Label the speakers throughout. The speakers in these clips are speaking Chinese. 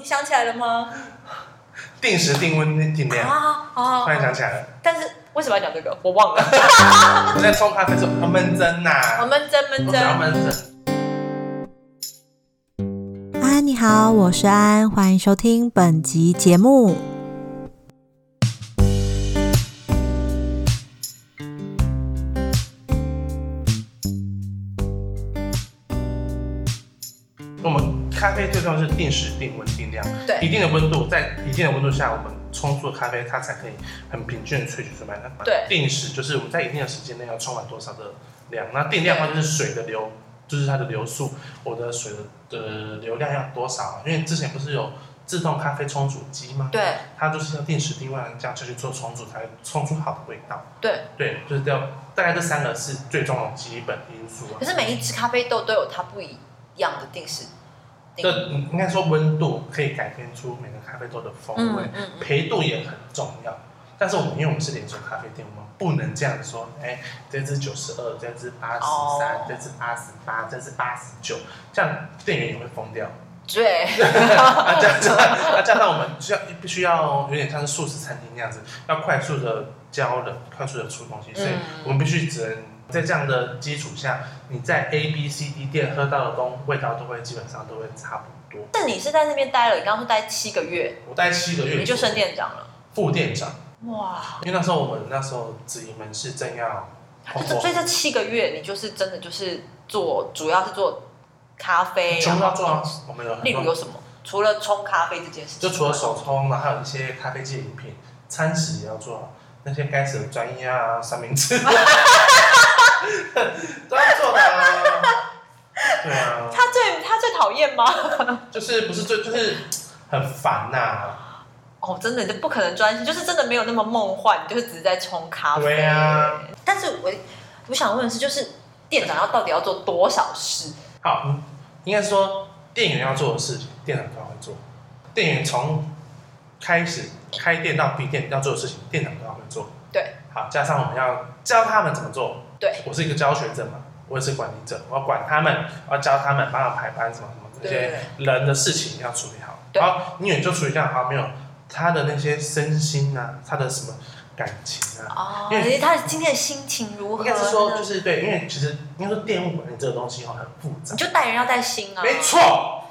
Speaker 1: 你想起来了吗？
Speaker 2: 定时定温定量，
Speaker 1: 啊啊！
Speaker 2: 突然想起来了，
Speaker 1: 但是为什么要讲这个？我忘了。
Speaker 2: 我在冲咖啡的时候啊闷蒸
Speaker 1: 我
Speaker 2: 呐，
Speaker 1: 们真闷
Speaker 2: 我想要
Speaker 1: 真，
Speaker 2: 闷蒸。
Speaker 3: 安，你好，我是安，欢迎收听本集节目。
Speaker 2: 我们咖啡最重要是定时定温定量，
Speaker 1: 对
Speaker 2: 一定的温度，在一定的温度下，我们冲出的咖啡它才可以很平均的萃取出来。那
Speaker 1: 对
Speaker 2: 定时就是我们在一定的时间内要冲完多少的量，那定量的话就是水的流，就是它的流速，我的水的呃流量要多少啊？因为之前不是有自动咖啡冲煮机吗？
Speaker 1: 对
Speaker 2: 它就是要定时定温这样下去做冲煮，才冲出好的味道。
Speaker 1: 对。
Speaker 2: 对，就是这样。大概这三个是最重要的基本因素啊
Speaker 1: 可。是每一只咖啡豆都有它不一样的定嗯时定
Speaker 2: 这嗯应该说温度可以改变出每个咖啡豆的风
Speaker 1: 嗯
Speaker 2: 味
Speaker 1: 嗯，嗯，
Speaker 2: 焙度也很重要。但是我们因为我们是连锁咖啡店，我们不能这样说，哎，这支九十二，这支八十三
Speaker 1: 哦，
Speaker 2: 这支八十八，这支八十九，这样店员也会疯掉。
Speaker 1: 对，
Speaker 2: 啊，加上啊，加上我们需要必须要有点像是素食餐厅那样子，要快速的教人，快速的出东西，所以
Speaker 1: 嗯
Speaker 2: 我们必须只能在这样的基础下，你在 A、B、C、D 店喝到的东味道都会基本上都会差不多。
Speaker 1: 但你是在那边待了，你刚刚说待七个月，
Speaker 2: 我待七个月，
Speaker 1: 你就升店长了，
Speaker 2: 副店长，
Speaker 1: 哇！
Speaker 2: 因为那时候我们那时候直营门市正
Speaker 1: 哎
Speaker 2: 要通
Speaker 1: 这
Speaker 2: 过
Speaker 1: 所，以这七个月你就是真的就是做，主要是做咖啡，
Speaker 2: 全部
Speaker 1: 然
Speaker 2: 要
Speaker 1: 后
Speaker 2: 做啊，我们有很
Speaker 1: 例如有，
Speaker 2: 多
Speaker 1: 什么？除了冲咖啡这件事情，
Speaker 2: 就除了手冲，然后还有一些咖啡界饮品、餐食也要做啊，那些该死的专业啊、三明治啊都要做的啊。对啊，
Speaker 1: 他最他最讨厌吗？
Speaker 2: 就是不是最就是很烦呐、
Speaker 1: 哦，真的就不可能专心，就是真的没有那么梦幻，你就是只是在冲咖啡。
Speaker 2: 对啊。
Speaker 1: 但是我我想问的是，就是店长要到底要做多少事？
Speaker 2: 好，嗯应该说店员要做的事情，店长都要会做。店员从开始开店到闭店要做的事情，店长都要会做。
Speaker 1: 对，
Speaker 2: 好，加上我们要教他们怎么做。
Speaker 1: 对，
Speaker 2: 我是一个教学者嘛，我也是管理者，我要管他们，我要教他们，帮他排班什么什么这
Speaker 1: 对
Speaker 2: 些人的事情要处理好。
Speaker 1: 对
Speaker 2: 好，你也就处理这样好没有？他的那些身心啊，他的什么感情啊，
Speaker 1: 哦，
Speaker 2: 因为
Speaker 1: 他今天的心情如何
Speaker 2: 应
Speaker 1: 呢？
Speaker 2: 该是说就是对，因为其实应该说店务管理这个东西哦很复杂
Speaker 1: 你，就带人要带心啊。
Speaker 2: 没，错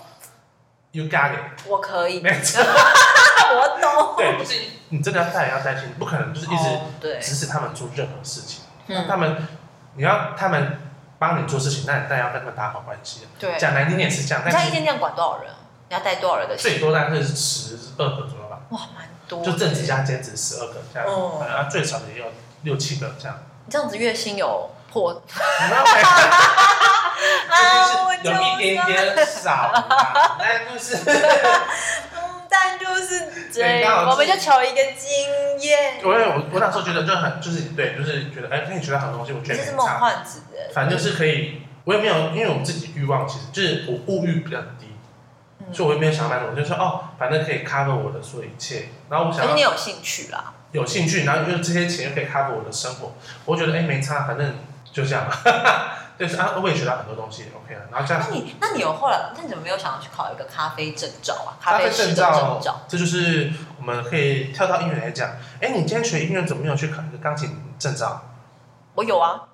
Speaker 2: ，You got it。
Speaker 1: 我可以，
Speaker 2: 没错，
Speaker 1: 我懂。
Speaker 2: 对，就是你真的要带人要担心，你不可能就是一直
Speaker 1: 哦对，
Speaker 2: 指使他们做任何事情。
Speaker 1: 嗯
Speaker 2: 他们，你要他们帮你做事情，那你当然要跟他们打好关系。啊
Speaker 1: 对。哦
Speaker 2: 讲难听点是这样，
Speaker 1: 你
Speaker 2: 但
Speaker 1: 像一
Speaker 2: 是
Speaker 1: 间店管多少人？你要带多少人的
Speaker 2: 最
Speaker 1: 心？
Speaker 2: 多大概是十二个左右吧，
Speaker 1: 哇，蛮多的。
Speaker 2: 就正职加兼职十二个这样，
Speaker 1: 哦
Speaker 2: 然啊后最少的也有六七个 这样。
Speaker 1: 你这样子月薪有 破
Speaker 2: 那没有
Speaker 1: 啊
Speaker 2: 就是有一点点少啦，那就是。
Speaker 1: 嗯，但就是
Speaker 2: 对刚好
Speaker 1: 我们就求一个经验，
Speaker 2: 我我我那时候觉得就很就是对，就是觉得哎，可以学到很多东西，我觉
Speaker 1: 这
Speaker 2: 得
Speaker 1: 是
Speaker 2: 没
Speaker 1: 梦
Speaker 2: 差。
Speaker 1: 幻职人，
Speaker 2: 反正就是可以，我也没有，因为我自己欲望其实就是我物欲比较低，
Speaker 1: 嗯
Speaker 2: 所以我也没有想买什么，我就说哦，反正可以 cover 我的所有一切。然后我想
Speaker 1: 而且你
Speaker 2: 要
Speaker 1: 有兴趣啦，
Speaker 2: 有兴趣，然后就是这些钱又可以 cover 我的生活，我觉得哎没差，反正就这样吧。 就是啊，我也学到很多东西，OK 啊了。然后这样
Speaker 1: 那你那你有后来，那你怎么没有想要去考一个咖啡证照啊？
Speaker 2: 咖啡
Speaker 1: 啡
Speaker 2: 证
Speaker 1: 师的证照
Speaker 2: 照，，这就是我们可以跳到音乐来讲。哎，你今天学音乐怎么没有去考一个钢琴证照？
Speaker 1: 我有啊。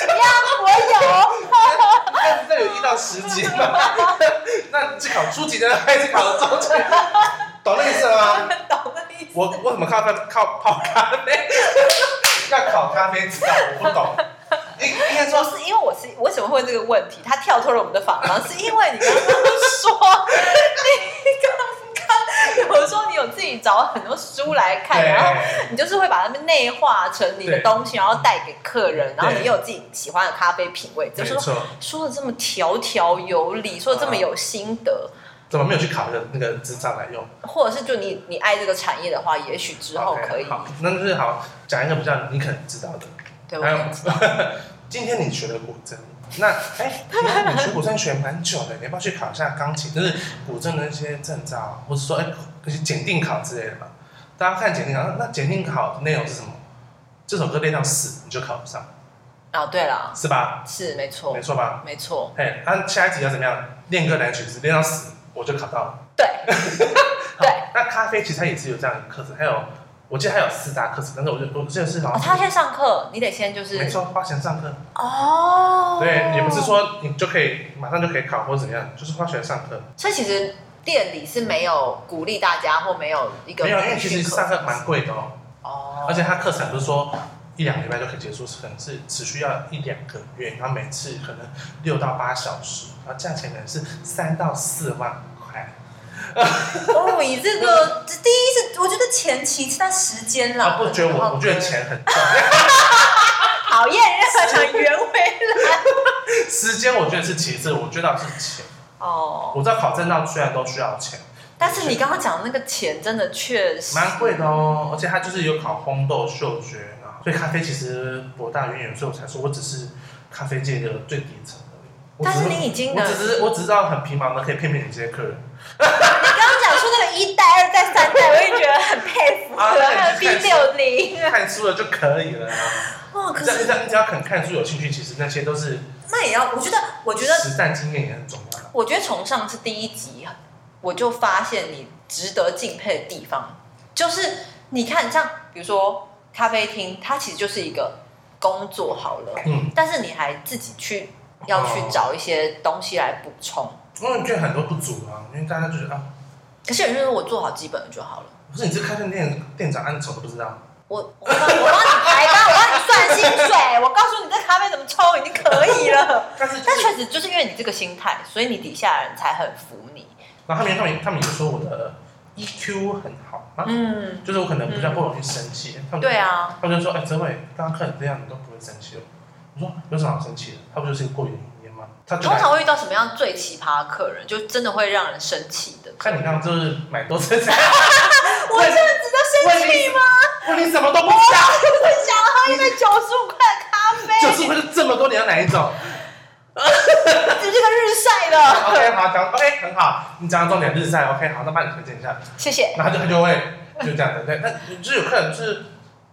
Speaker 1: 怎么
Speaker 2: 啊
Speaker 1: 样？ 我有，
Speaker 2: 那那哎有一到十 级吗？ 那是考初级的还是考中级？ 懂那意思吗？
Speaker 1: 懂的意思。
Speaker 2: 我我怎么靠咖靠泡咖啡？ 要考咖啡知道我不懂。应应该
Speaker 1: 不
Speaker 2: 说，
Speaker 1: 是因为我是为什么会问这个问题？他跳脱了我们的访纲，是因为你刚刚说 你刚刚有说你有自己找很多书来看，然后
Speaker 2: 对
Speaker 1: 你就是会把它们内化成你的
Speaker 2: 对
Speaker 1: 东西，然后带给客人，然后你
Speaker 2: 对
Speaker 1: 也有自己喜欢的咖啡品味，就
Speaker 2: 没
Speaker 1: 是说
Speaker 2: 错，
Speaker 1: 说的这么条条有理，说的这么有心得，
Speaker 2: 怎么没有去考那个那个执照来用？
Speaker 1: 或者是就你你爱这个产业的话，也许之后
Speaker 2: OK，
Speaker 1: 可以。
Speaker 2: 好，那就是好讲一个比较你可能知道的。
Speaker 1: 对，我
Speaker 2: 还有
Speaker 1: 也知道。
Speaker 2: 今天你学了古筝，那哎，你看你学古筝学蛮久的，你要不要去考一下钢琴？就是古筝的那些证照，或者说哎那些检定考之类的嘛。大家看检定考，那那检定考的内容是什么？这首歌练到死你就考不上，
Speaker 1: 啊，对了，
Speaker 2: 是吧？
Speaker 1: 是没错
Speaker 2: 没，错吧？
Speaker 1: 没错，
Speaker 2: 哎，那、下一集要怎么样？练歌难曲是练到死，我就考到了。
Speaker 1: 对，对
Speaker 2: 好那咖啡其实它也是有这样一个课程，还有我记得还有四大课程，但是我就我记得是好
Speaker 1: 哦，
Speaker 2: 像是、
Speaker 1: 他先上课，你得先就是
Speaker 2: 没错，花钱上课。
Speaker 1: 哦，
Speaker 2: 对，也不是，说你就可以马上就可以考或者怎么样，就是花钱上课。
Speaker 1: 所以其实店里是没有鼓励大家或没有一个
Speaker 2: 没有，因为其实
Speaker 1: 培训课
Speaker 2: 上课蛮贵的哦，
Speaker 1: 哦，
Speaker 2: 而且它课程不是说一两个礼拜就可以结束，可能是持续要一两个月，然后每次可能六到八小时，然后价钱可能是三到四万块。
Speaker 1: 哦，以这个第一是我觉得前期是但时间啦，
Speaker 2: 啊，不觉得
Speaker 1: 然
Speaker 2: 我
Speaker 1: 后嗯
Speaker 2: 我觉得钱很重，
Speaker 1: 讨厌任何想圆回来
Speaker 2: 时间我觉得是其次，我觉得是钱。
Speaker 1: 哦。
Speaker 2: 我知道考证到虽然都需要钱，
Speaker 1: 但是你刚刚讲的那个钱真的确实
Speaker 2: 蛮贵的哦，而且它就是有考烘豆嗅觉，然后所以咖啡其实博大渊远，所以我才说我只是咖啡界的最底层的。我只
Speaker 1: 但是你已经
Speaker 2: 我
Speaker 1: 能
Speaker 2: 只是我只知道很皮毛的可以骗骗你这些客人
Speaker 1: 你刚刚讲出那个一代、二代、三代，我也觉得很佩 服，
Speaker 2: 啊
Speaker 1: 可能还有 B 六零。
Speaker 2: 看书了就可以了啊。
Speaker 1: 哇，哦可
Speaker 2: 这样
Speaker 1: 是
Speaker 2: 这样，你只要肯看书有兴趣，其实那些都是
Speaker 1: 那也要，我觉得，我觉得，
Speaker 2: 实战经验也很重要的。
Speaker 1: 我觉得崇尚是第一集，我就发现你值得敬佩的地方，就是你看，像比如说咖啡厅，它其实就是一个工作好了，
Speaker 2: 嗯，
Speaker 1: 但是你还自己去要去找一些东西来补充。
Speaker 2: 因为觉得很多不足啊，因为大家就觉得啊，
Speaker 1: 可是有人就说我做好基本的就好了。
Speaker 2: 不是你这咖啡店店长按手都不知道，
Speaker 1: 我我帮我帮你排班，我帮你算薪 水，我告诉你这咖啡怎么抽，已经可以了。
Speaker 2: 但是就
Speaker 1: 但
Speaker 2: 是
Speaker 1: 确实就是因为你这个心态，所以你底下人才很服你。
Speaker 2: 然后他们他们他们也说我的 EQ 很好啊，
Speaker 1: 嗯，
Speaker 2: 就是我可能比较不容易生气，他们就
Speaker 1: 对啊，
Speaker 2: 他们就说：“哎、泽伟，刚刚看你这样，你都不会生气了。”哦我说：“有什么好生气的？他不就是过眼云烟吗？”他就
Speaker 1: 通
Speaker 2: 来
Speaker 1: 常会遇到什么样最奇葩的客人，就真的会让人生气的。
Speaker 2: 看你刚刚就是买多次菜，
Speaker 1: 我真的值得生气吗？
Speaker 2: 问你什么都不知
Speaker 1: 我想喝一杯九十五块的咖
Speaker 2: 道，就
Speaker 1: 啡，
Speaker 2: 是会这么多，你要哪一 种
Speaker 1: 这是个日晒的，
Speaker 2: ？OK，好，讲 OK 很好，你讲到重点日晒 OK 好，那帮你推荐一下。
Speaker 1: 谢谢。
Speaker 2: 然后他就他就会就这样子，对，那就是有客人就是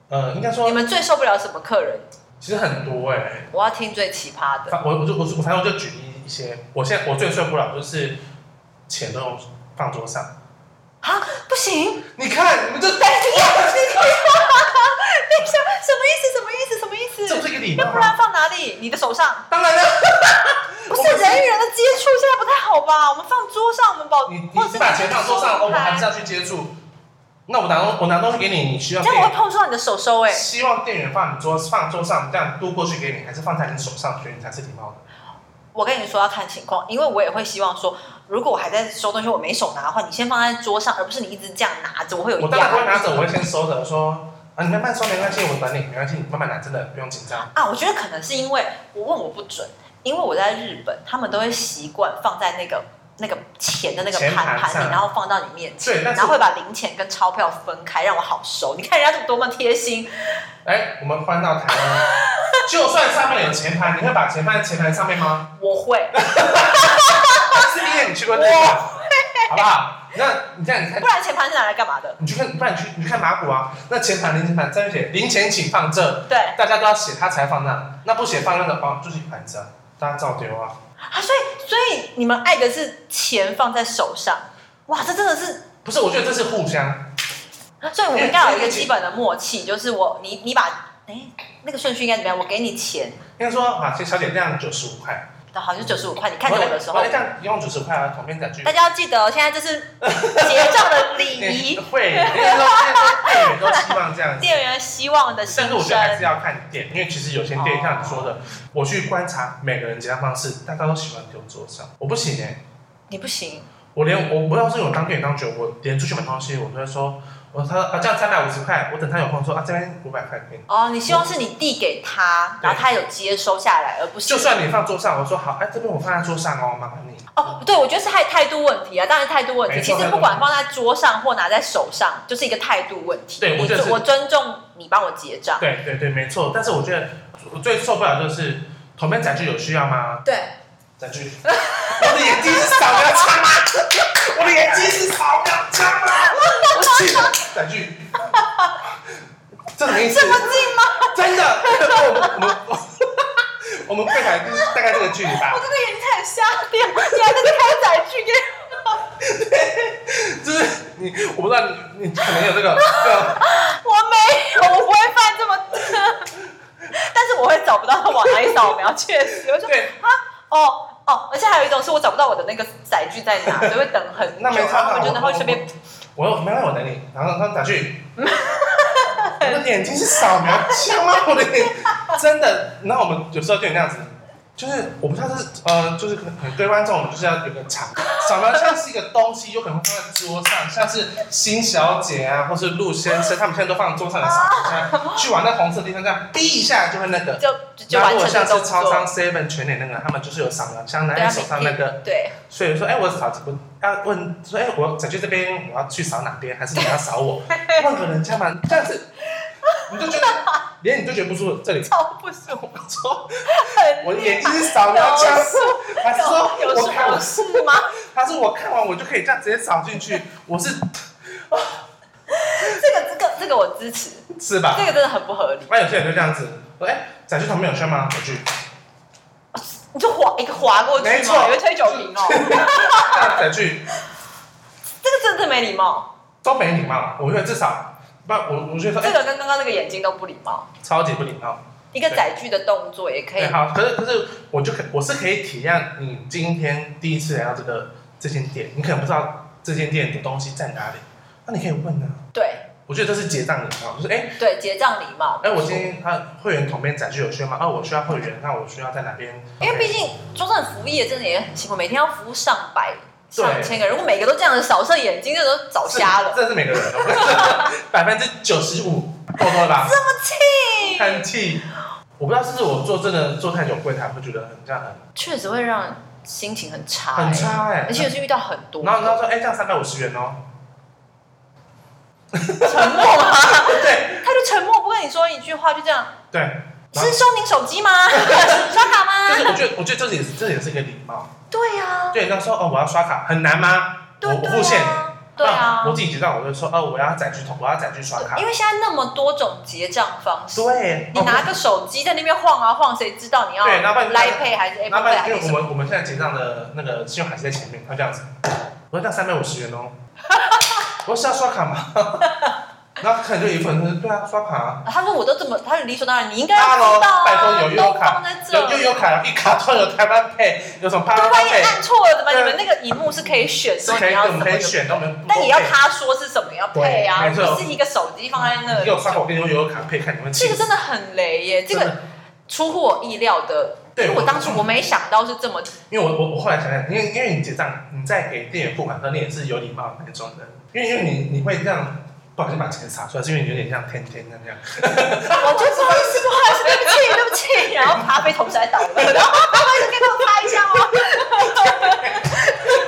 Speaker 2: 呃，应该说
Speaker 1: 你们最受不了什么客人？
Speaker 2: 其实很多哎、
Speaker 1: 我要听最奇葩的。
Speaker 2: 反我我就我就我反正我就举例一些，我现在我最受不了就是钱都放桌上，
Speaker 1: 啊，不 行！
Speaker 2: 你看你们这
Speaker 1: 等一下，等一下，等一下，什么意思？什么意思？什么意思？
Speaker 2: 这不是一个礼
Speaker 1: 那
Speaker 2: 貌
Speaker 1: 不
Speaker 2: 吗？
Speaker 1: 然放哪里？你的手上？
Speaker 2: 当然了。
Speaker 1: 不是人与人的接触，现在不太好吧？我们放桌上，我们保，
Speaker 2: 你你
Speaker 1: 或者是
Speaker 2: 你把钱放桌上，哦，我还是
Speaker 1: 这
Speaker 2: 要去接触。那我拿东我拿东西给你，你需要
Speaker 1: 样我会
Speaker 2: 店
Speaker 1: 碰撞你的手手哎、
Speaker 2: 希望店员放你桌放桌上，这样丢过去给你，还是放在你手上，所以你才是礼貌的。
Speaker 1: 我跟你说要看情况，因为我也会希望说，如果我还在收东西，我没手拿的话，你先放在桌上，而不是你一直这样拿着，我会有
Speaker 2: 我
Speaker 1: 压
Speaker 2: 当然不会拿
Speaker 1: 力。
Speaker 2: 走，我会先收着，说啊，你慢慢收没关系，我等你，没关系，你慢慢拿，真的不用紧张。
Speaker 1: 啊，我觉得可能是因为我问我不准，因为我在日本，他们都会习惯放在那个那个钱的那个
Speaker 2: 钱
Speaker 1: 盘
Speaker 2: 盘
Speaker 1: 盘里，
Speaker 2: 上
Speaker 1: 然后放到你面前，
Speaker 2: 对，但
Speaker 1: 然
Speaker 2: 是
Speaker 1: 后会把零钱跟钞票分开，让我好收。你看人家多么贴心，
Speaker 2: 哎，我们翻到台湾，就算上面有钱盘，你会把钱放在钱盘上面吗？
Speaker 1: 我 会。
Speaker 2: 是因为你去过日本，好不好？那你看，你看
Speaker 1: 不，然钱盘是拿来干嘛的？
Speaker 2: 你去看，不然你去你去看马古啊，那钱盘零钱盘上面写零钱请放这。
Speaker 1: 对
Speaker 2: 大家都要写，他才放那，那不写放那个哦，就是一盘子啊，大家照丢啊。
Speaker 1: 啊，所以所以你们爱的是钱放在手上，哇，这真的是，
Speaker 2: 不是，我觉得这是互相，
Speaker 1: 所以我们应该有一个基本的默契，就是我你你把哎那个顺序应该怎么样？我给你钱，
Speaker 2: 应该说啊，这小姐这样九十五块，
Speaker 1: 好像九十五块，你看着我的时候
Speaker 2: 哎，这样一共九十块啊，旁边讲 句
Speaker 1: 大。家要记得哦，现在这是结账的礼 仪，
Speaker 2: 会，应该说应该说店员都希望这样子，
Speaker 1: 店员希望的心
Speaker 2: 但是我觉得还是
Speaker 1: 声。
Speaker 2: 要看店，因为其实有些店像你说的，我去观察每个人结账方式，大家都喜欢丢桌上，我不行哎、
Speaker 1: 你不行，
Speaker 2: 我连我不知道是我当店员当久，我连出去买东西，我都会说，我他啊这样三百五十块，我等他有空说啊这边五百块给你。
Speaker 1: 哦，你希望是你递给他，
Speaker 2: 对
Speaker 1: 然后他有接收下来，而不是
Speaker 2: 就算你放桌上，我说好，哎，这边我放在桌上哦，麻烦你。
Speaker 1: 哦，对，我觉得是态态度问题啊，当然态度问题。
Speaker 2: 没
Speaker 1: 其
Speaker 2: 错
Speaker 1: 实不管放在桌上或拿在手上，就是一个态度问题。
Speaker 2: 对我
Speaker 1: 你
Speaker 2: 觉得
Speaker 1: 尊
Speaker 2: 是
Speaker 1: 我尊重你帮我结账。
Speaker 2: 对对对，没错。但是我觉得我最受不了就是旁边载具有需要吗？
Speaker 1: 对，啊
Speaker 2: 载具， 我的眼睛是扫描枪吗？ 我的眼睛是扫描枪吗？我气了，载具，这什么意思？
Speaker 1: 这么近吗？
Speaker 2: 真的，我们我们我们我们柜台就是大概这个距离吧
Speaker 1: 我。真的眼睛差点瞎掉，你还在那边开载具给我。
Speaker 2: 就是你，我不知道你，你可能有这个，这
Speaker 1: 我没有，我不会犯这么， 但是我会找不到往哪里扫描，确实，我就
Speaker 2: 个对，
Speaker 1: 哦哦，而且还有一种是我找不到我的那个载具在 哪，所以会等很久，
Speaker 2: 那没
Speaker 1: 然
Speaker 2: 差
Speaker 1: 后
Speaker 2: 啊，
Speaker 1: 我就
Speaker 2: 我
Speaker 1: 然后顺便，
Speaker 2: 我有没有我等你，然后他 打去，我的眼睛是扫描枪吗？我的眼真的，然后我们有时候就这样子，就是我不知道是呃，就是可能对观众我们就是要有个场扫描枪是一个东西，有可能会放在桌上，像是新小姐啊，或是陆先生，他们现在都放在桌上的扫描枪，去往那红色的地方这样逼一下就会那个。
Speaker 1: 啊就就就
Speaker 2: 那
Speaker 1: 完
Speaker 2: 如果
Speaker 1: 成
Speaker 2: 像
Speaker 1: 这
Speaker 2: 是
Speaker 1: 个动
Speaker 2: 超商
Speaker 1: 作。
Speaker 2: Seven 全脸那个，他们就是有扫描枪拿
Speaker 1: 对
Speaker 2: 在
Speaker 1: 啊
Speaker 2: 手上那个。
Speaker 1: 对，
Speaker 2: 所以说，哎、我扫我要问说，哎、我想去这边，我要去扫哪边，还是你要扫 我？问个人家嘛，这样子，你就觉得连你都觉得不舒服，这里
Speaker 1: 超哦不舒服，
Speaker 2: 说
Speaker 1: 很
Speaker 2: 我的眼睛是扫描枪，还是说
Speaker 1: 有有
Speaker 2: 我
Speaker 1: 什
Speaker 2: 看
Speaker 1: 么
Speaker 2: 我，
Speaker 1: 事吗？
Speaker 2: 他说我看完我就可以这样直接扫进去，我是
Speaker 1: 这个这个这个我支持，
Speaker 2: 是吧
Speaker 1: 这？个真的很不合理。
Speaker 2: 那有些人就这样子，说哎，展示旁边有圈吗？ 我去，
Speaker 1: 你就滑一个滑过去
Speaker 2: 没
Speaker 1: 嘛，
Speaker 2: 错
Speaker 1: 你会推酒瓶哦，
Speaker 2: 那展去
Speaker 1: 这个真的没礼貌，
Speaker 2: 都没礼貌，我觉得至少，不，我我觉得说，
Speaker 1: 这
Speaker 2: 哎、
Speaker 1: 个跟刚刚那个眼睛都不礼貌。
Speaker 2: 超级不礼貌。
Speaker 1: 一个载具的动作也可以
Speaker 2: 对，，好，可是可是我就可我是可以体谅你今天第一次来到这个这间店，你可能不知道这间店的东西在哪里，那你可以问啊。
Speaker 1: 对
Speaker 2: 我觉得这是结账礼貌，就是哎
Speaker 1: 对，结账礼貌。
Speaker 2: 哎，我今天他会员统编载具有需要吗？哦，我需要会员，那我需要在哪边？
Speaker 1: 因为毕竟桌上服务业真的也很辛苦，每天要服务上百、
Speaker 2: 对
Speaker 1: 上千个人，如果每个都这样子扫射眼睛，这都早瞎了。
Speaker 2: 这是每个人的，百分之九十五够多了吧？
Speaker 1: 这么
Speaker 2: 很
Speaker 1: 气，
Speaker 2: 气。我不知道是不是我做真的做太久柜台会觉得很这样
Speaker 1: 确实会让心情很差、欸
Speaker 2: 很很差哎、
Speaker 1: 而且是遇到很多
Speaker 2: 然后然后说哎、这样三百五十元哦，
Speaker 1: 沉默吗？
Speaker 2: 对
Speaker 1: 他就沉默不跟你说一句话，就这样。
Speaker 2: 对，然后
Speaker 1: 是收您手机 吗？刷卡
Speaker 2: 但是
Speaker 1: 吗？
Speaker 2: 我觉得我觉得这也是这也是一个礼貌。
Speaker 1: 对呀、啊，
Speaker 2: 对，那时候哦，我要刷卡很难吗？
Speaker 1: 对
Speaker 2: 我我
Speaker 1: 对
Speaker 2: 付现。
Speaker 1: 啊，对啊
Speaker 2: 那我。自己结账，我就说哦，我要载具桶，我要载具刷卡
Speaker 1: 因。为现在那么多种结账方式，
Speaker 2: 对，
Speaker 1: 你
Speaker 2: 哦
Speaker 1: 拿个手机在那边晃啊晃，谁知道你要
Speaker 2: 对那不然你
Speaker 1: Line Pay 还是
Speaker 2: 那
Speaker 1: Apple
Speaker 2: 不
Speaker 1: Pay
Speaker 2: 然
Speaker 1: 还是
Speaker 2: 因为我
Speaker 1: 什么？
Speaker 2: 们我们现在结账的那个信用卡是在前面，他这样子，我说那三百五十元哦，我说是要刷卡吗？ 然后可能就一副人说对啊，刷卡啊，
Speaker 1: 他说我都这么，他理所当然，你应该要
Speaker 2: 大
Speaker 1: 知
Speaker 2: 喽
Speaker 1: 道啊，，
Speaker 2: 拜托有悠游
Speaker 1: 都
Speaker 2: 卡
Speaker 1: 放在，这
Speaker 2: 有悠
Speaker 1: 里。
Speaker 2: 游卡，一卡通有台湾配，有什么八
Speaker 1: 对，啊
Speaker 2: 八
Speaker 1: 万一
Speaker 2: 配，
Speaker 1: 按错了怎么？
Speaker 2: 对
Speaker 1: 你们那个荧幕是可以选
Speaker 2: 是
Speaker 1: 说啊
Speaker 2: 可
Speaker 1: 你
Speaker 2: 以
Speaker 1: 要
Speaker 2: 我
Speaker 1: 什
Speaker 2: 们
Speaker 1: 么
Speaker 2: 可以
Speaker 1: 的，
Speaker 2: 选，都没有不 OK。
Speaker 1: 但也要他说是什么要配啊，
Speaker 2: 对没错
Speaker 1: 不是一个手机放在那
Speaker 2: 你有
Speaker 1: 里。
Speaker 2: 刷卡，我跟你说悠游卡配，看你们
Speaker 1: 这个真的很雷耶，这
Speaker 2: 真
Speaker 1: 个
Speaker 2: 的
Speaker 1: 出乎我意料的，因
Speaker 2: 对
Speaker 1: 为我当初我没想到是这么
Speaker 2: 因为我我我后来想想，因为因为你结账，你在给店员付款的时候，你也是有礼貌的那种人，因为因为你你会这样不小心把钱撒出来，是因为你有点像天天那样。
Speaker 1: 我就不好意思，不好意思，对不起，对不起。然后咖啡同时还倒 了，然后他们就跟我拍一下哦。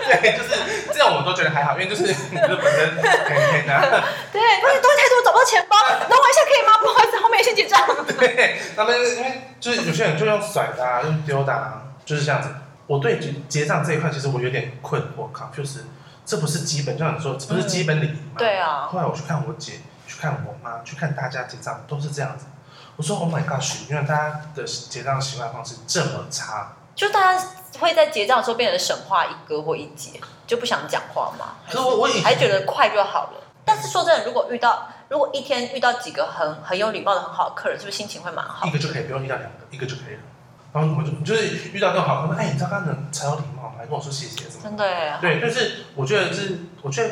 Speaker 2: 对，就是这种我都觉得还好，因为就是你就是本身天天啊，
Speaker 1: 对，不是东西太多，我找不到钱包，等我一下可以吗？不好意思，后面先结账。
Speaker 2: 对，他们因为就是有些人就用甩的啊，用丢的啊，就是这样子。我对结结账这一块，其实我有点困惑，confuse，这不是基本，就像你说，这不是基本礼仪吗？
Speaker 1: 对啊，
Speaker 2: 后来我去看我姐，去看我妈，去看大家结账都是这样子。我说 Oh my gosh，原来大家的结账习惯方式这么差。
Speaker 1: 就大家会在结账的时候变成神话一哥或一姐，就不想讲话嘛，
Speaker 2: 可是我我以
Speaker 1: 还是觉得快就好了。但是说真的，如果遇到如果一天遇到几个很很有礼貌的很好的客人，是不是心情会蛮好
Speaker 2: 一？个就可以，不用遇到两个，一个就可以了。然后我就就是遇到更好，可能哎，你知道刚刚才有礼貌吗？还跟我说谢谢什么？
Speaker 1: 真的耶，
Speaker 2: 对，就是我觉得是，我觉得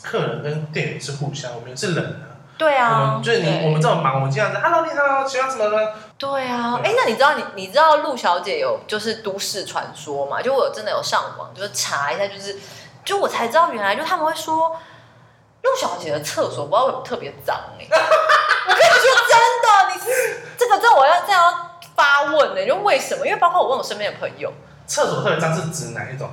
Speaker 2: 客人跟店员是互相，我们也是人啊。
Speaker 1: 对
Speaker 2: 我
Speaker 1: 啊
Speaker 2: 们，就是你，我们这么忙，我们这样子，Hello，你好，需要什么呢？
Speaker 1: 对啊，哎、
Speaker 2: 对
Speaker 1: 那你知道你你知道陆小姐有就是都市传说嘛？就我有真的有上网就是查一下，就是就我才知道原来就他们会说陆小姐的厕所不知道为什么特别脏哎、 我跟你说真的，你是这个这我要这样要发问欸呢、就为什么？因为包括我问我身边的朋友，
Speaker 2: 厕所特别脏是指哪一种？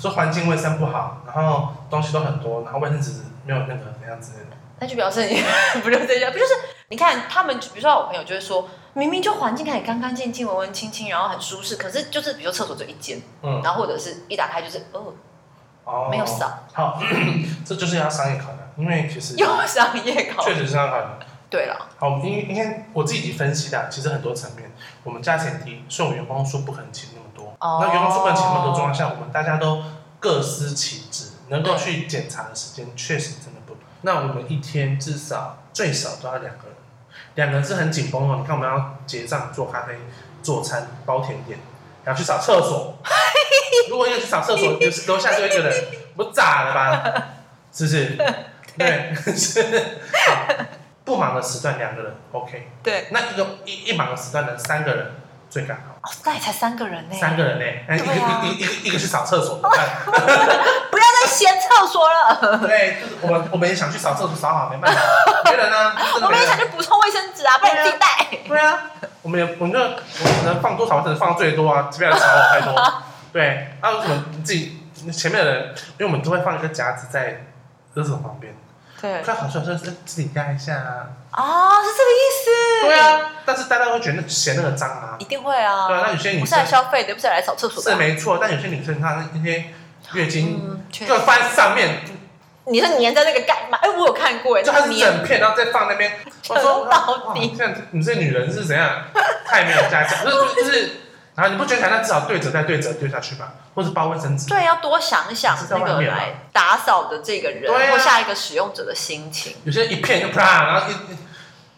Speaker 2: 说环境卫生不好，然后东西都很多，然后卫生纸没有那个怎样之类的。
Speaker 1: 那就表示你 不就这些，不就是你看他们，比如说我朋友就会说，明明就环境看起来干干净净、文文清清，然后很舒适，可是就是比如厕所就一间，
Speaker 2: 嗯，
Speaker 1: 然后或者是一打开就是哦
Speaker 2: 哦，
Speaker 1: 没有扫，
Speaker 2: 好， 这就是要商业考量，因为其实
Speaker 1: 又上夜考
Speaker 2: 确，实是商业考量。
Speaker 1: 对了。
Speaker 2: 好，因为因为我自己分析的，其实很多层面，我们价钱低，所以我们员工数不可能请那么多。
Speaker 1: 哦
Speaker 2: 那员工数不可能请那么多状况下，我们大家都各司其职，能够去检查的时间确实真的不多。那我们一天至少最少都要两个人，两个人是很紧绷哦。你看我们要结账、做咖啡、做餐、包甜点，然后去扫厕所。如果一个人去扫厕所，就是楼下就一个人，不炸了吧？是不是？对， 是。好不忙的时段两个人 OK，
Speaker 1: 对，
Speaker 2: 那一个一一忙的时段呢三个人最刚好，
Speaker 1: 哦，那也才三个人呢、
Speaker 2: 三个人呢、哎一个
Speaker 1: 对啊
Speaker 2: 一个一个一个去扫厕所，怎么办？
Speaker 1: 不要再嫌厕所了，
Speaker 2: 对，啊就是我们我们也想去扫厕所，扫好没办 法，没人啊，真的
Speaker 1: 我
Speaker 2: 没
Speaker 1: 们也想。
Speaker 2: 人
Speaker 1: 去补充卫生纸啊，不然你自己带。
Speaker 2: 对啊，我们也我们就我们能放多少，我只能放最多啊，这边的少我太 多。对，啊，为什么自己前面的人，因为我们都会放一个夹子在厕所旁边，
Speaker 1: 对，
Speaker 2: 看好像是哎自己压一下啊。
Speaker 1: 哦，是这个意思。
Speaker 2: 对，啊，但是大家会觉得嫌那个脏啊
Speaker 1: 一，定会啊。
Speaker 2: 对啊，那有些女
Speaker 1: 不是来
Speaker 2: 生
Speaker 1: 消费的，不是来扫厕所的。
Speaker 2: 是没错，但有些女生她那些月经
Speaker 1: 嗯，确
Speaker 2: 就
Speaker 1: 实。
Speaker 2: 放在上面，
Speaker 1: 你是粘在那个干嘛？哎，我有看过哎，
Speaker 2: 就
Speaker 1: 那
Speaker 2: 它
Speaker 1: 个
Speaker 2: 是
Speaker 1: 粘
Speaker 2: 整片，然后再放那边。我说，
Speaker 1: 扯到
Speaker 2: 哇
Speaker 1: 底
Speaker 2: 你这样子，你这女人是怎样？太没有家教，就是就是，然后你不觉得那至少对折再对折丢下去吧，或是包卫生纸。
Speaker 1: 对，要多想想
Speaker 2: 是在
Speaker 1: 那
Speaker 2: 外
Speaker 1: 个
Speaker 2: 面啊
Speaker 1: 来打扫的这个人、
Speaker 2: 对啊
Speaker 1: 或下一个使用者的心情。
Speaker 2: 有些一片就啪，然后一一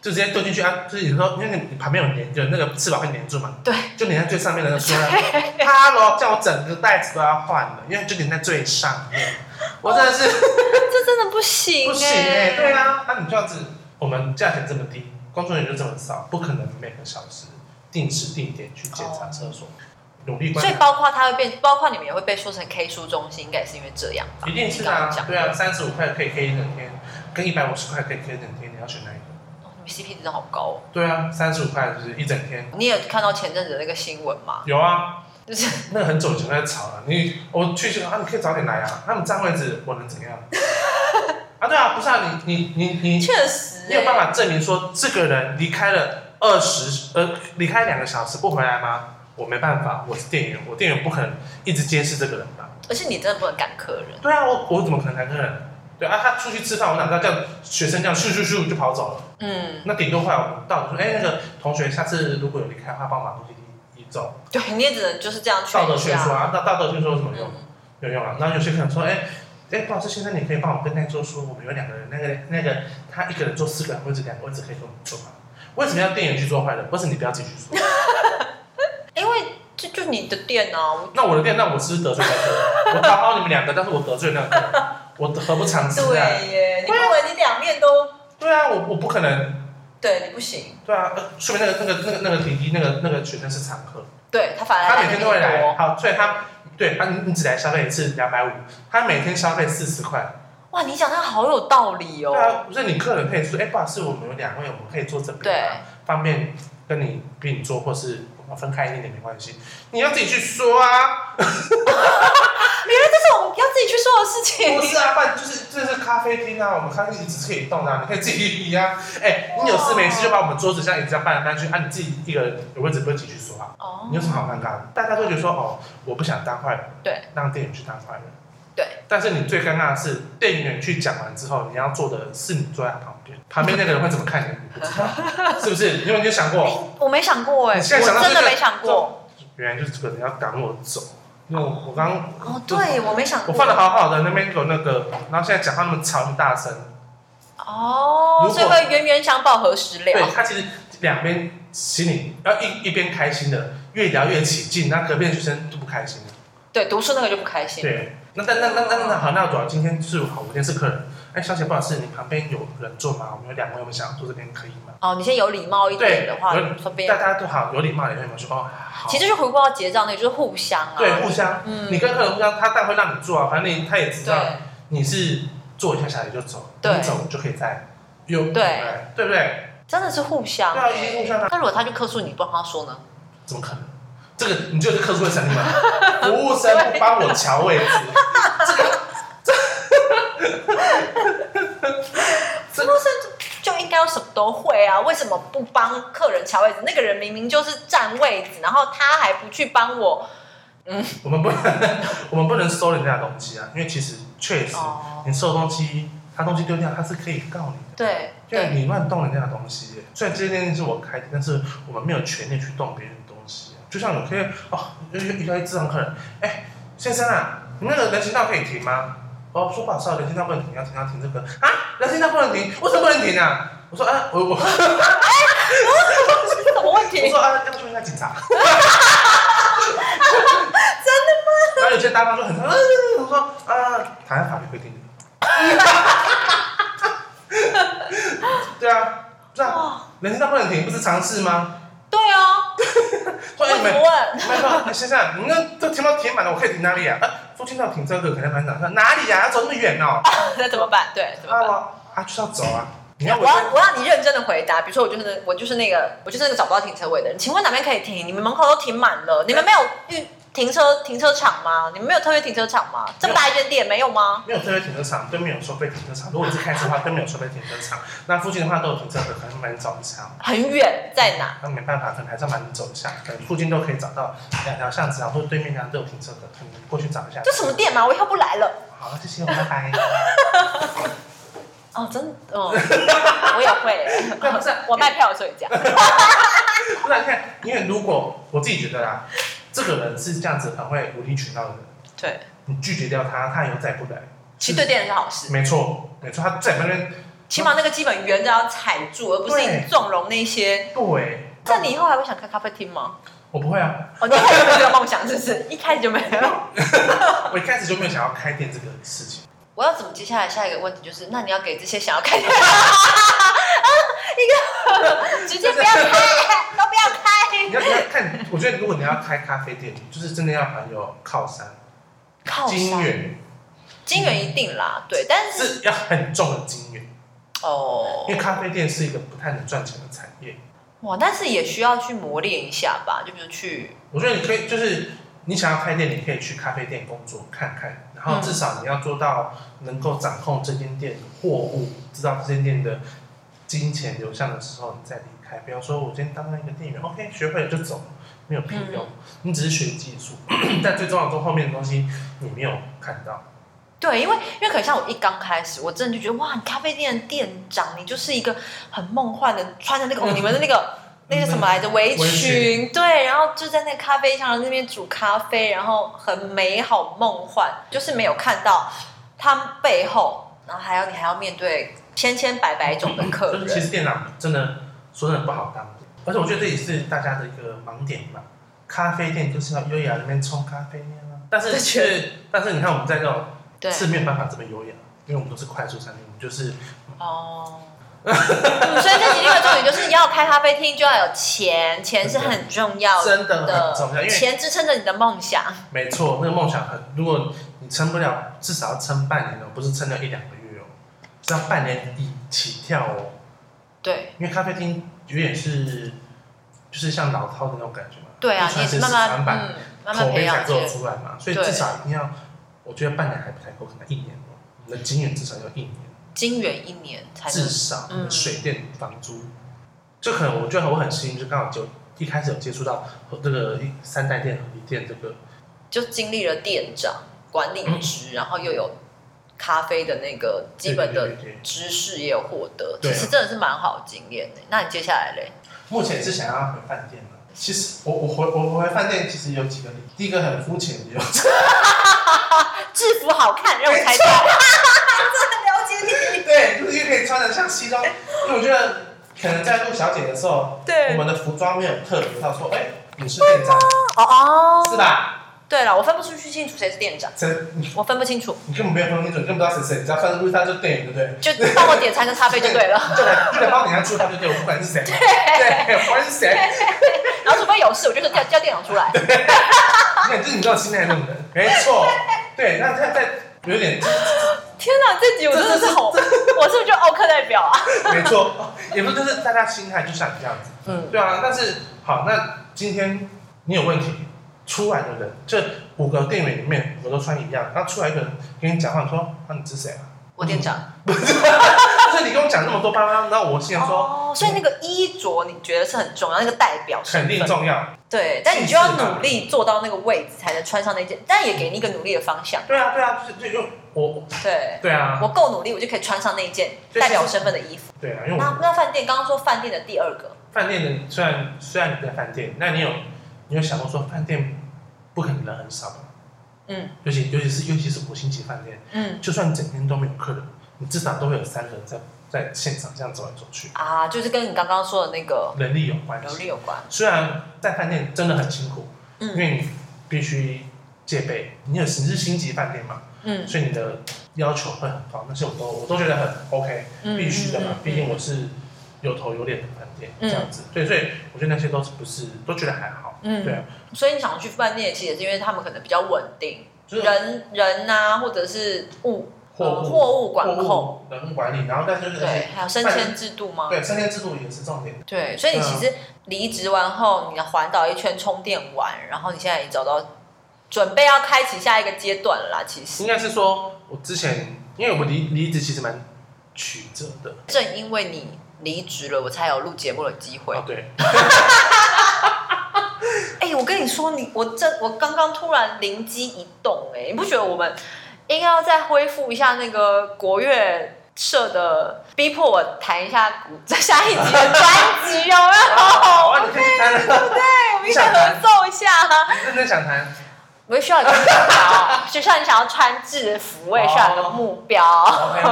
Speaker 2: 就直接丢进去啊，就是有时候因为你旁边有粘，就那个翅膀会粘住嘛，
Speaker 1: 对，
Speaker 2: 就粘在最上面的那个塑 料袋。哈喽，叫我整个袋子都要换了，因为就粘在最上面，我真的是。
Speaker 1: 这真的不行、欸，
Speaker 2: 不行哎、对啊，那、你这样子，我们价钱这么低，工作人员就这么少，不可能每个小时定时定点去检查厕所，努力观
Speaker 1: 所以
Speaker 2: 察，
Speaker 1: 包括他会变，包括你们也会被说成 K 书中心，应该也是因为这样吧？
Speaker 2: 一定是
Speaker 1: 你刚刚
Speaker 2: 啊
Speaker 1: 讲，
Speaker 2: 对啊，三十五块可以 K 一整天，跟一百五十块可以 K 一整天，你要选哪一个？
Speaker 1: 哦你们 CP 值真的好高哦。
Speaker 2: 对啊，三十五块就是一整天。
Speaker 1: 你也看到前阵子的那个新闻吗？
Speaker 2: 有啊，
Speaker 1: 就是
Speaker 2: 那个很久以前在吵了、你我去就啊，你可以早点来啊，他们占位置，我能怎 样？啊，对啊，不是啊，你你你你
Speaker 1: 确实、欸，
Speaker 2: 你有办法证明说这个人离开了二十呃离开两个小时不回来吗？我没办法，我是店员，我店员不可能一直监视这个人吧？
Speaker 1: 而且你真的不能赶客人，
Speaker 2: 对啊，我我怎么可能赶客人？对啊，他出去吃饭，我哪知道这样学生这样咻咻咻就跑走了？
Speaker 1: 嗯，
Speaker 2: 那顶多后来我们到底说，哎、那个同学下次如果有离开的话，帮我把东西移移走。
Speaker 1: 对，你也只能就是这样劝
Speaker 2: 道德
Speaker 1: 一
Speaker 2: 劝
Speaker 1: 下
Speaker 2: 说。啊，那道德劝说有什么用？
Speaker 1: 嗯，
Speaker 2: 没有用啊。然后有些可能说，哎、哎，不好意思，先生，你可以帮我跟那桌说，我们有两个人，那个那个他一个人坐四个人位置，两个位置可以跟我们坐吗？为什么要店员去做坏人？为什么你不要自己去做？
Speaker 1: 哎因为这就你的店啊，我
Speaker 2: 那我的店，那我是不是得罪那个人，我讨好你们两个，但是我得罪那个人，我何不尝试啊？
Speaker 1: 对耶，你认为你两面都
Speaker 2: 对啊，我我不可能，
Speaker 1: 对你不行，
Speaker 2: 对啊，呃说明那个那个那个那个体育那个那个学生是常客，
Speaker 1: 对他反而
Speaker 2: 他
Speaker 1: 来
Speaker 2: 每天
Speaker 1: 得
Speaker 2: 都会
Speaker 1: 更
Speaker 2: 来，
Speaker 1: 多
Speaker 2: 好，所以他对他你你只来消费一次两百五，他每天消费四十块，
Speaker 1: 哇，你讲的好有道理哦。
Speaker 2: 对啊，不是你客人可以说，哎、不好意思，我们有两位，我们可以坐这边、啊，方便跟你比你坐，或是我们分开一点点没关系。你要自己去说啊，
Speaker 1: 原来这是我们要自己去说的事情。
Speaker 2: 不是啊，不然就是这是咖啡厅啊，我们咖啡厅椅子是可以动的、啊，你可以自己移啊。哎、你有事没事就把我们桌子像椅子这样搬来搬去，啊，你自己一个人有位置不会自己去说啊，
Speaker 1: 哦
Speaker 2: 你有什么好尴尬的？大家都觉得说，哦，我不想当坏人，
Speaker 1: 对，
Speaker 2: 让店员去当坏人。
Speaker 1: 对，
Speaker 2: 但是你最尴尬的是，店员去讲完之后，你要做的是你坐在他旁边，旁边那个人会怎么看你，你不知 道，是不是？因为你有想过，
Speaker 1: 我没想过哎、
Speaker 2: 你现在想
Speaker 1: 我
Speaker 2: 到
Speaker 1: 真的
Speaker 2: 这个
Speaker 1: 没想过。
Speaker 2: 原来就是这个人要赶我走，因为我我刚
Speaker 1: 哦，对，我没想
Speaker 2: 我
Speaker 1: 过。
Speaker 2: 放的好好的，那边有那个，然后现在讲话那么吵那么大声，
Speaker 1: 哦
Speaker 2: 如，果
Speaker 1: 所以会冤冤相报何时
Speaker 2: 对
Speaker 1: 了？
Speaker 2: 他其实两边心里要一一边开心的，越聊越起劲，那隔壁的学生就不开心了。
Speaker 1: 对，读书那个就不开心。
Speaker 2: 对，那那那那那那好，那主要今天是好，我今天是客人，哎，小姐不好意思，你旁边有人坐吗？我们有两位，我们想要坐这边可以吗？
Speaker 1: 哦，你先有礼貌一点
Speaker 2: 对
Speaker 1: 的话，
Speaker 2: 有
Speaker 1: 说别
Speaker 2: 大家都好，有礼貌的人，有说哦好
Speaker 1: 其，实就回归到结账那个，就是互相啊。
Speaker 2: 对，互相，
Speaker 1: 嗯，
Speaker 2: 你跟客人互相，他当然会让你坐啊，反正你他也知道
Speaker 1: 对
Speaker 2: 你是坐一下下来就走，
Speaker 1: 对
Speaker 2: 你走就可以再又
Speaker 1: 对
Speaker 2: 来对不对？
Speaker 1: 真的是互相。哎
Speaker 2: 对啊，一定互相啊，
Speaker 1: 那如果他就客诉你，不让他说呢？
Speaker 2: 怎么可能？这个你就是客诉会神经吗？ 服务生不帮我瞧位置，
Speaker 1: 服务生就就应该要什么都会啊，为什么不帮客人抢位置？那个人明明就是占位置，然后他还不去帮我。
Speaker 2: 我们不能， 我们不能收人家的东西啊，因为其实确实
Speaker 1: 哦，
Speaker 2: 你收东西，他东西丢掉，他是可以告你的。
Speaker 1: 对
Speaker 2: 因为
Speaker 1: 对，
Speaker 2: 你乱动人家的东西耶，虽然这件事是我开的，但是我们没有权利去动别人的东西啊。就像有些哦，遇遇遇到一智障客人，哎、先生啊，你那个人行道可以停吗？哦，说不好少人听到不能停，要停要停这个啊，人听到不能停，为什么不能停啊？我说啊，我我我
Speaker 1: 什么问题？
Speaker 2: 说啊，要不去问一下警察。真的吗？然后有些大妈就很，嗯、我说啊，台湾法律规定的。对啊，不是啊，
Speaker 1: 哦，
Speaker 2: 人听到不能停，不是常事吗？
Speaker 1: 对啊，
Speaker 2: 说哎
Speaker 1: 问
Speaker 2: 你
Speaker 1: 不
Speaker 2: 们
Speaker 1: 问？
Speaker 2: 没错，先生，你那都停到停满了，我可以停哪里啊？呃，附近到停车格可能班长说哪里呀、要走那么远哦。
Speaker 1: 那怎么办？对，怎么
Speaker 2: 啊
Speaker 1: 办？
Speaker 2: 我啊，就是要走啊。你要
Speaker 1: 我
Speaker 2: 违
Speaker 1: 要
Speaker 2: 规，
Speaker 1: 我要你认真的回答，比如说我就是我就是那个我就是那个找不到停车位的人，请问哪边可以停？你们门口都停满了，你们没有预停车停车场吗？你们没有特约停车场吗？这么大一间店没有吗？
Speaker 2: 没有特别停车场，都没有收费停车场。如果你是开车的话，都没有收费停车场。那附近的话都有停车格，可能蛮找一下。
Speaker 1: 很远在哪？
Speaker 2: 那没办法，可能还是要蛮走一下，可能附近都可以找到两条巷子啊，或者对面两都有停车格，可能过去找一下。
Speaker 1: 这什么？店嘛？我以后不来了。
Speaker 2: 好，谢谢，拜拜。
Speaker 1: 哦，真的，哦，我也会，
Speaker 2: 对不是
Speaker 1: 我卖票的时候也这样。
Speaker 2: 不然你看，因为如果我自己觉得啦，这个人是这样子很会无理取闹的人，
Speaker 1: 对，
Speaker 2: 你拒绝掉他，他以后再也不来。
Speaker 1: 其实对店人是好事，
Speaker 2: 没错，没错，他在那边
Speaker 1: 起码那个基本原则要踩住，而不是
Speaker 2: 对
Speaker 1: 纵容那些。
Speaker 2: 对。
Speaker 1: 那你以后还会想开咖啡厅吗？
Speaker 2: 我不会啊，
Speaker 1: 哦，你一开始就没有梦想，是不是？一开始就没有。
Speaker 2: 我一开始就没有想要开店这个事情。
Speaker 1: 我要怎么接下来下一个问题就是，那你要给这些想要开店 啊，一个直接不要开，都不要
Speaker 2: 你
Speaker 1: 开。
Speaker 2: 要你要看，我觉得如果你要开咖啡店，就是真的要很有靠山、
Speaker 1: 靠
Speaker 2: 金
Speaker 1: 山，
Speaker 2: 源，
Speaker 1: 金源一定啦，对，但是
Speaker 2: 是要很重的金源，
Speaker 1: 哦
Speaker 2: 因为咖啡店是一个不太能赚钱的产业。
Speaker 1: 哇，但是也需要去磨练一下吧，就比如去
Speaker 2: 我觉得你可以，就是你想要开店，你可以去咖啡店工作看看，然
Speaker 1: 嗯
Speaker 2: 后至少你要做到能够掌控这间店的货物，知道这间店的金钱流向的时候，你再离开。比方说，我今天当上一个店员，OK，学会了就走，没有屁用。
Speaker 1: 嗯
Speaker 2: 你只是学技术， 但最重要的是后面的东西你没有看到。
Speaker 1: 对，因为因为可能像我一刚开始，我真的就觉得哇，你咖啡店的店长，你就是一个很梦幻的，穿着那个、哦
Speaker 2: 嗯
Speaker 1: 你们的那 个那个什么来着围
Speaker 2: 围裙
Speaker 1: 对，然后就在那个咖啡上那边煮咖啡，然后很美好梦幻，就是没有看到他背后，然后还要你还要面对千千百百种的客
Speaker 2: 就是其
Speaker 1: 人，
Speaker 2: 实店长真的说真的不好当，而且我觉得这也是大家的一个盲点吧。咖啡店就是要优雅那边冲咖啡面啊，但是
Speaker 1: 对
Speaker 2: 是但是你看我们在这种
Speaker 1: 对，
Speaker 2: 是没有办法这么优雅，因为我们都是快速餐厅，我们就是
Speaker 1: 哦。嗯所以这几天的重点就是，要开咖啡厅就要有钱，钱是很重要的，
Speaker 2: 真的很重要，因为
Speaker 1: 钱支撑着你的梦想。
Speaker 2: 没错，那个梦想很，如果你撑不了，至少要撑半年哦，不是撑了一两个月哦，是要半年以起跳哦，
Speaker 1: 对，
Speaker 2: 因为咖啡厅有点是就是像老饕的那种感觉嘛，
Speaker 1: 对啊
Speaker 2: 一，
Speaker 1: 你也是
Speaker 2: 传十
Speaker 1: 慢
Speaker 2: 十
Speaker 1: 慢
Speaker 2: 传百
Speaker 1: 嗯，慢慢
Speaker 2: 口
Speaker 1: 培
Speaker 2: 碑才
Speaker 1: 养这
Speaker 2: 做
Speaker 1: 个
Speaker 2: 得出来嘛，所以
Speaker 1: 对
Speaker 2: 至少一定要，我觉得半年还不太够，可能一年哦，你的金源至少要一年。
Speaker 1: 金元一年才
Speaker 2: 至
Speaker 1: 能
Speaker 2: 少
Speaker 1: 嗯
Speaker 2: 水电房租，就可能我觉得我很幸运，就刚好就一开始有接触到和这个一三代店、合一店这个，
Speaker 1: 就经历了店长、管理
Speaker 2: 嗯
Speaker 1: 职，然后又有咖啡的那个基本
Speaker 2: 对
Speaker 1: 的
Speaker 2: 对对对
Speaker 1: 知识也有获得，
Speaker 2: 对
Speaker 1: 其
Speaker 2: 啊
Speaker 1: 实真的是蛮好的经验的。那你接下来嘞？
Speaker 2: 目前是想要回饭店了。其实我我回我回饭店其实有几个理由，第一个很肤浅的理由，
Speaker 1: 啊制服好看，让我猜到， 真的了解你。
Speaker 2: 对，就是因为可以穿的像西装，因为我觉得可能在录小姐的时候，我
Speaker 1: 对，
Speaker 2: 们的服装没有特别到说，哎、你是店长
Speaker 1: 哦哦，
Speaker 2: 是吧？
Speaker 1: 对了，我分不出去清楚谁是店长，
Speaker 2: 这你
Speaker 1: 我分不清楚，
Speaker 2: 你根本没有分清楚，你根本不知道谁是谁，你只要翻路上就店员，对 不对？
Speaker 1: 就帮我点餐跟咖啡就对了。
Speaker 2: 就来就来帮你家出，他就对我不管是谁，对，不管是谁，
Speaker 1: 然后除非有事，我就说叫叫店长出来。
Speaker 2: 你看，就是你知道心态那种人，没错，对，那他在有点
Speaker 1: 天哪，这集我真的是好，我是不是就奥克代表啊？
Speaker 2: 没错，也不是就是大家心态就像你这样子，
Speaker 1: 嗯，
Speaker 2: 对啊。但是好，那今天你有问题，出来的人这五个店员里面五个都穿一样，然后出来一个人跟你讲话，你说啊你是谁啊？
Speaker 1: 我店长。
Speaker 2: 所以你跟我讲那么多巴拉，然后我心想说
Speaker 1: 哦，所以那个衣着你觉得是很重要，那个代表身
Speaker 2: 肯
Speaker 1: 份
Speaker 2: 定重要，
Speaker 1: 对，但你就要努力做到那个位置，才能穿上那件，但
Speaker 2: 嗯
Speaker 1: 也给你一个努力的方向。
Speaker 2: 对啊对啊，就是就我
Speaker 1: 对，
Speaker 2: 对啊
Speaker 1: 我够努力，我就可以穿上那一件
Speaker 2: 对
Speaker 1: 代表我身份的衣服。
Speaker 2: 对啊，因为我
Speaker 1: 那那饭店刚刚说饭店的第二个，
Speaker 2: 饭店的虽然虽然你在饭店，那你有你有想过说饭店不可能人很少吧？
Speaker 1: 嗯
Speaker 2: 尤其尤其是尤其是国庆级饭店，
Speaker 1: 嗯
Speaker 2: 就算整天都没有客人，你至少都会有三个人在在现场这样走来走去，
Speaker 1: 啊，就是跟你刚刚说的那个
Speaker 2: 人力有关
Speaker 1: 流
Speaker 2: 系。
Speaker 1: 力有关。
Speaker 2: 虽然在饭店真的很辛苦，因
Speaker 1: 嗯
Speaker 2: 为你必须戒备，你有你是星级饭店嘛，
Speaker 1: 嗯
Speaker 2: 所以你的要求会很高，但是我都我都觉得很 OK，
Speaker 1: 嗯，
Speaker 2: 必须的嘛
Speaker 1: 嗯，
Speaker 2: 毕竟我是有头有脸的饭店
Speaker 1: 嗯
Speaker 2: 这样子，对，所以我觉得那些都是不是都觉得还好，
Speaker 1: 嗯，
Speaker 2: 对
Speaker 1: 嗯
Speaker 2: 啊，
Speaker 1: 所以你想去饭店，其实也是因为他们可能比较稳定，
Speaker 2: 就是
Speaker 1: 人人啊，或者是物
Speaker 2: 货
Speaker 1: 呃
Speaker 2: 物
Speaker 1: 货物管控，
Speaker 2: 货物人物管理，然后但是就是
Speaker 1: 对，还有升迁制度吗？
Speaker 2: 对升迁制度也是重点，
Speaker 1: 对，所以你其实离职完后，你环岛一圈充电完，然后你现在也找到准备要开启下一个阶段了啦。其实
Speaker 2: 应该是说我之前因为我离离职其实蛮曲折的，
Speaker 1: 正因为你离职了，我才有录节目的机会
Speaker 2: 哦。 对，
Speaker 1: 哎、我跟你说，你我这我刚刚突然灵机一动、哎，你不觉得我们应该要再恢复一下那个国乐社的，逼迫我弹一下古，在下一集的专辑有没有？
Speaker 2: 好啊，你可以去看了，
Speaker 1: 我们一起合奏一下啊。
Speaker 2: 认真想谈，
Speaker 1: 我需要一个目标，就像你想要穿制服，我也需要有一个目标，
Speaker 2: OK，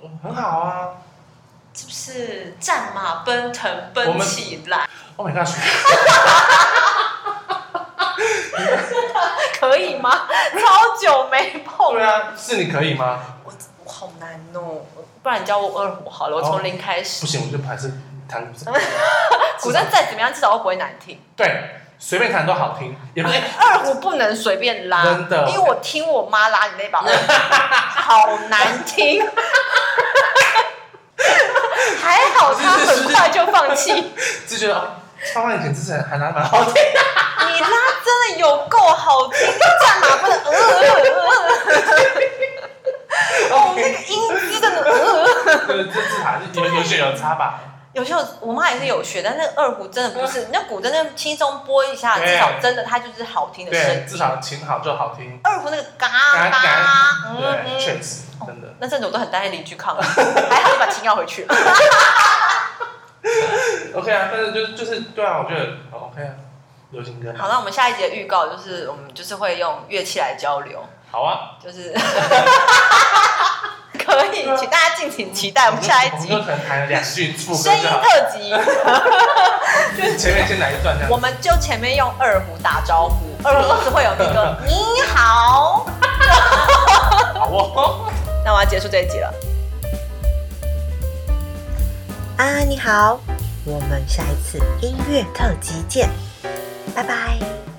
Speaker 2: 就 很好啊。
Speaker 1: 是不是？战马奔腾
Speaker 2: 我
Speaker 1: 奔
Speaker 2: 们
Speaker 1: 起来，
Speaker 2: Oh my god！
Speaker 1: 可以吗？ 超久没碰
Speaker 2: 对
Speaker 1: 了，
Speaker 2: 啊，是你可以吗？
Speaker 1: 我我好难哦。不然你教我二胡好了，我
Speaker 2: 哦
Speaker 1: 从零开
Speaker 2: 不
Speaker 1: 始。
Speaker 2: 行，我就还是 弹古筝。
Speaker 1: 古筝再怎么样，至少都不会难听。
Speaker 2: 对，随便弹都好听，也不是
Speaker 1: 二胡不能随便拉，
Speaker 2: 真的
Speaker 1: 因为我听我妈拉你那把二胡， 好难听。还好她很快就放弃。
Speaker 2: 就觉得哦，超万以前之前还拿蛮好听，
Speaker 1: 你拉真的有够好听，战马不能呃呃呃，哦，那个音真的呃，
Speaker 2: 就是这字还是有有血有差吧？
Speaker 1: 有时候我妈也是有学，但那个二胡真的不是，那古筝那轻松拨一下，
Speaker 2: 嗯对
Speaker 1: 至少真的它就是好听的声
Speaker 2: 对
Speaker 1: 音，。
Speaker 2: 至少琴好就好听。
Speaker 1: 二胡那个嘎嘎，
Speaker 2: 嘎嘎，
Speaker 1: 嗯
Speaker 2: 对，
Speaker 1: 嗯，
Speaker 2: 确实真的。
Speaker 1: 那阵子我都很担心邻居抗议， 还好你把琴要回 去了。
Speaker 2: OK 啊，但是就就是对啊，我觉得哦 OK 啊，流行歌
Speaker 1: 好，那我们下一节预告就是我们就是会用乐器来交流，
Speaker 2: 好啊。
Speaker 1: 就是 可以，请大家敬请期待我们下一集
Speaker 2: 我。们就可能弹了两句副歌
Speaker 1: 声音
Speaker 2: 就好，
Speaker 1: 特辑，
Speaker 2: 前面先来一段这样
Speaker 1: 我。们就前面用二胡打招呼，二胡是会有那个你好，
Speaker 2: 好哦。
Speaker 1: 那我要结束这一集了。
Speaker 3: 啊，你好，我们下一次音乐特辑见，拜拜。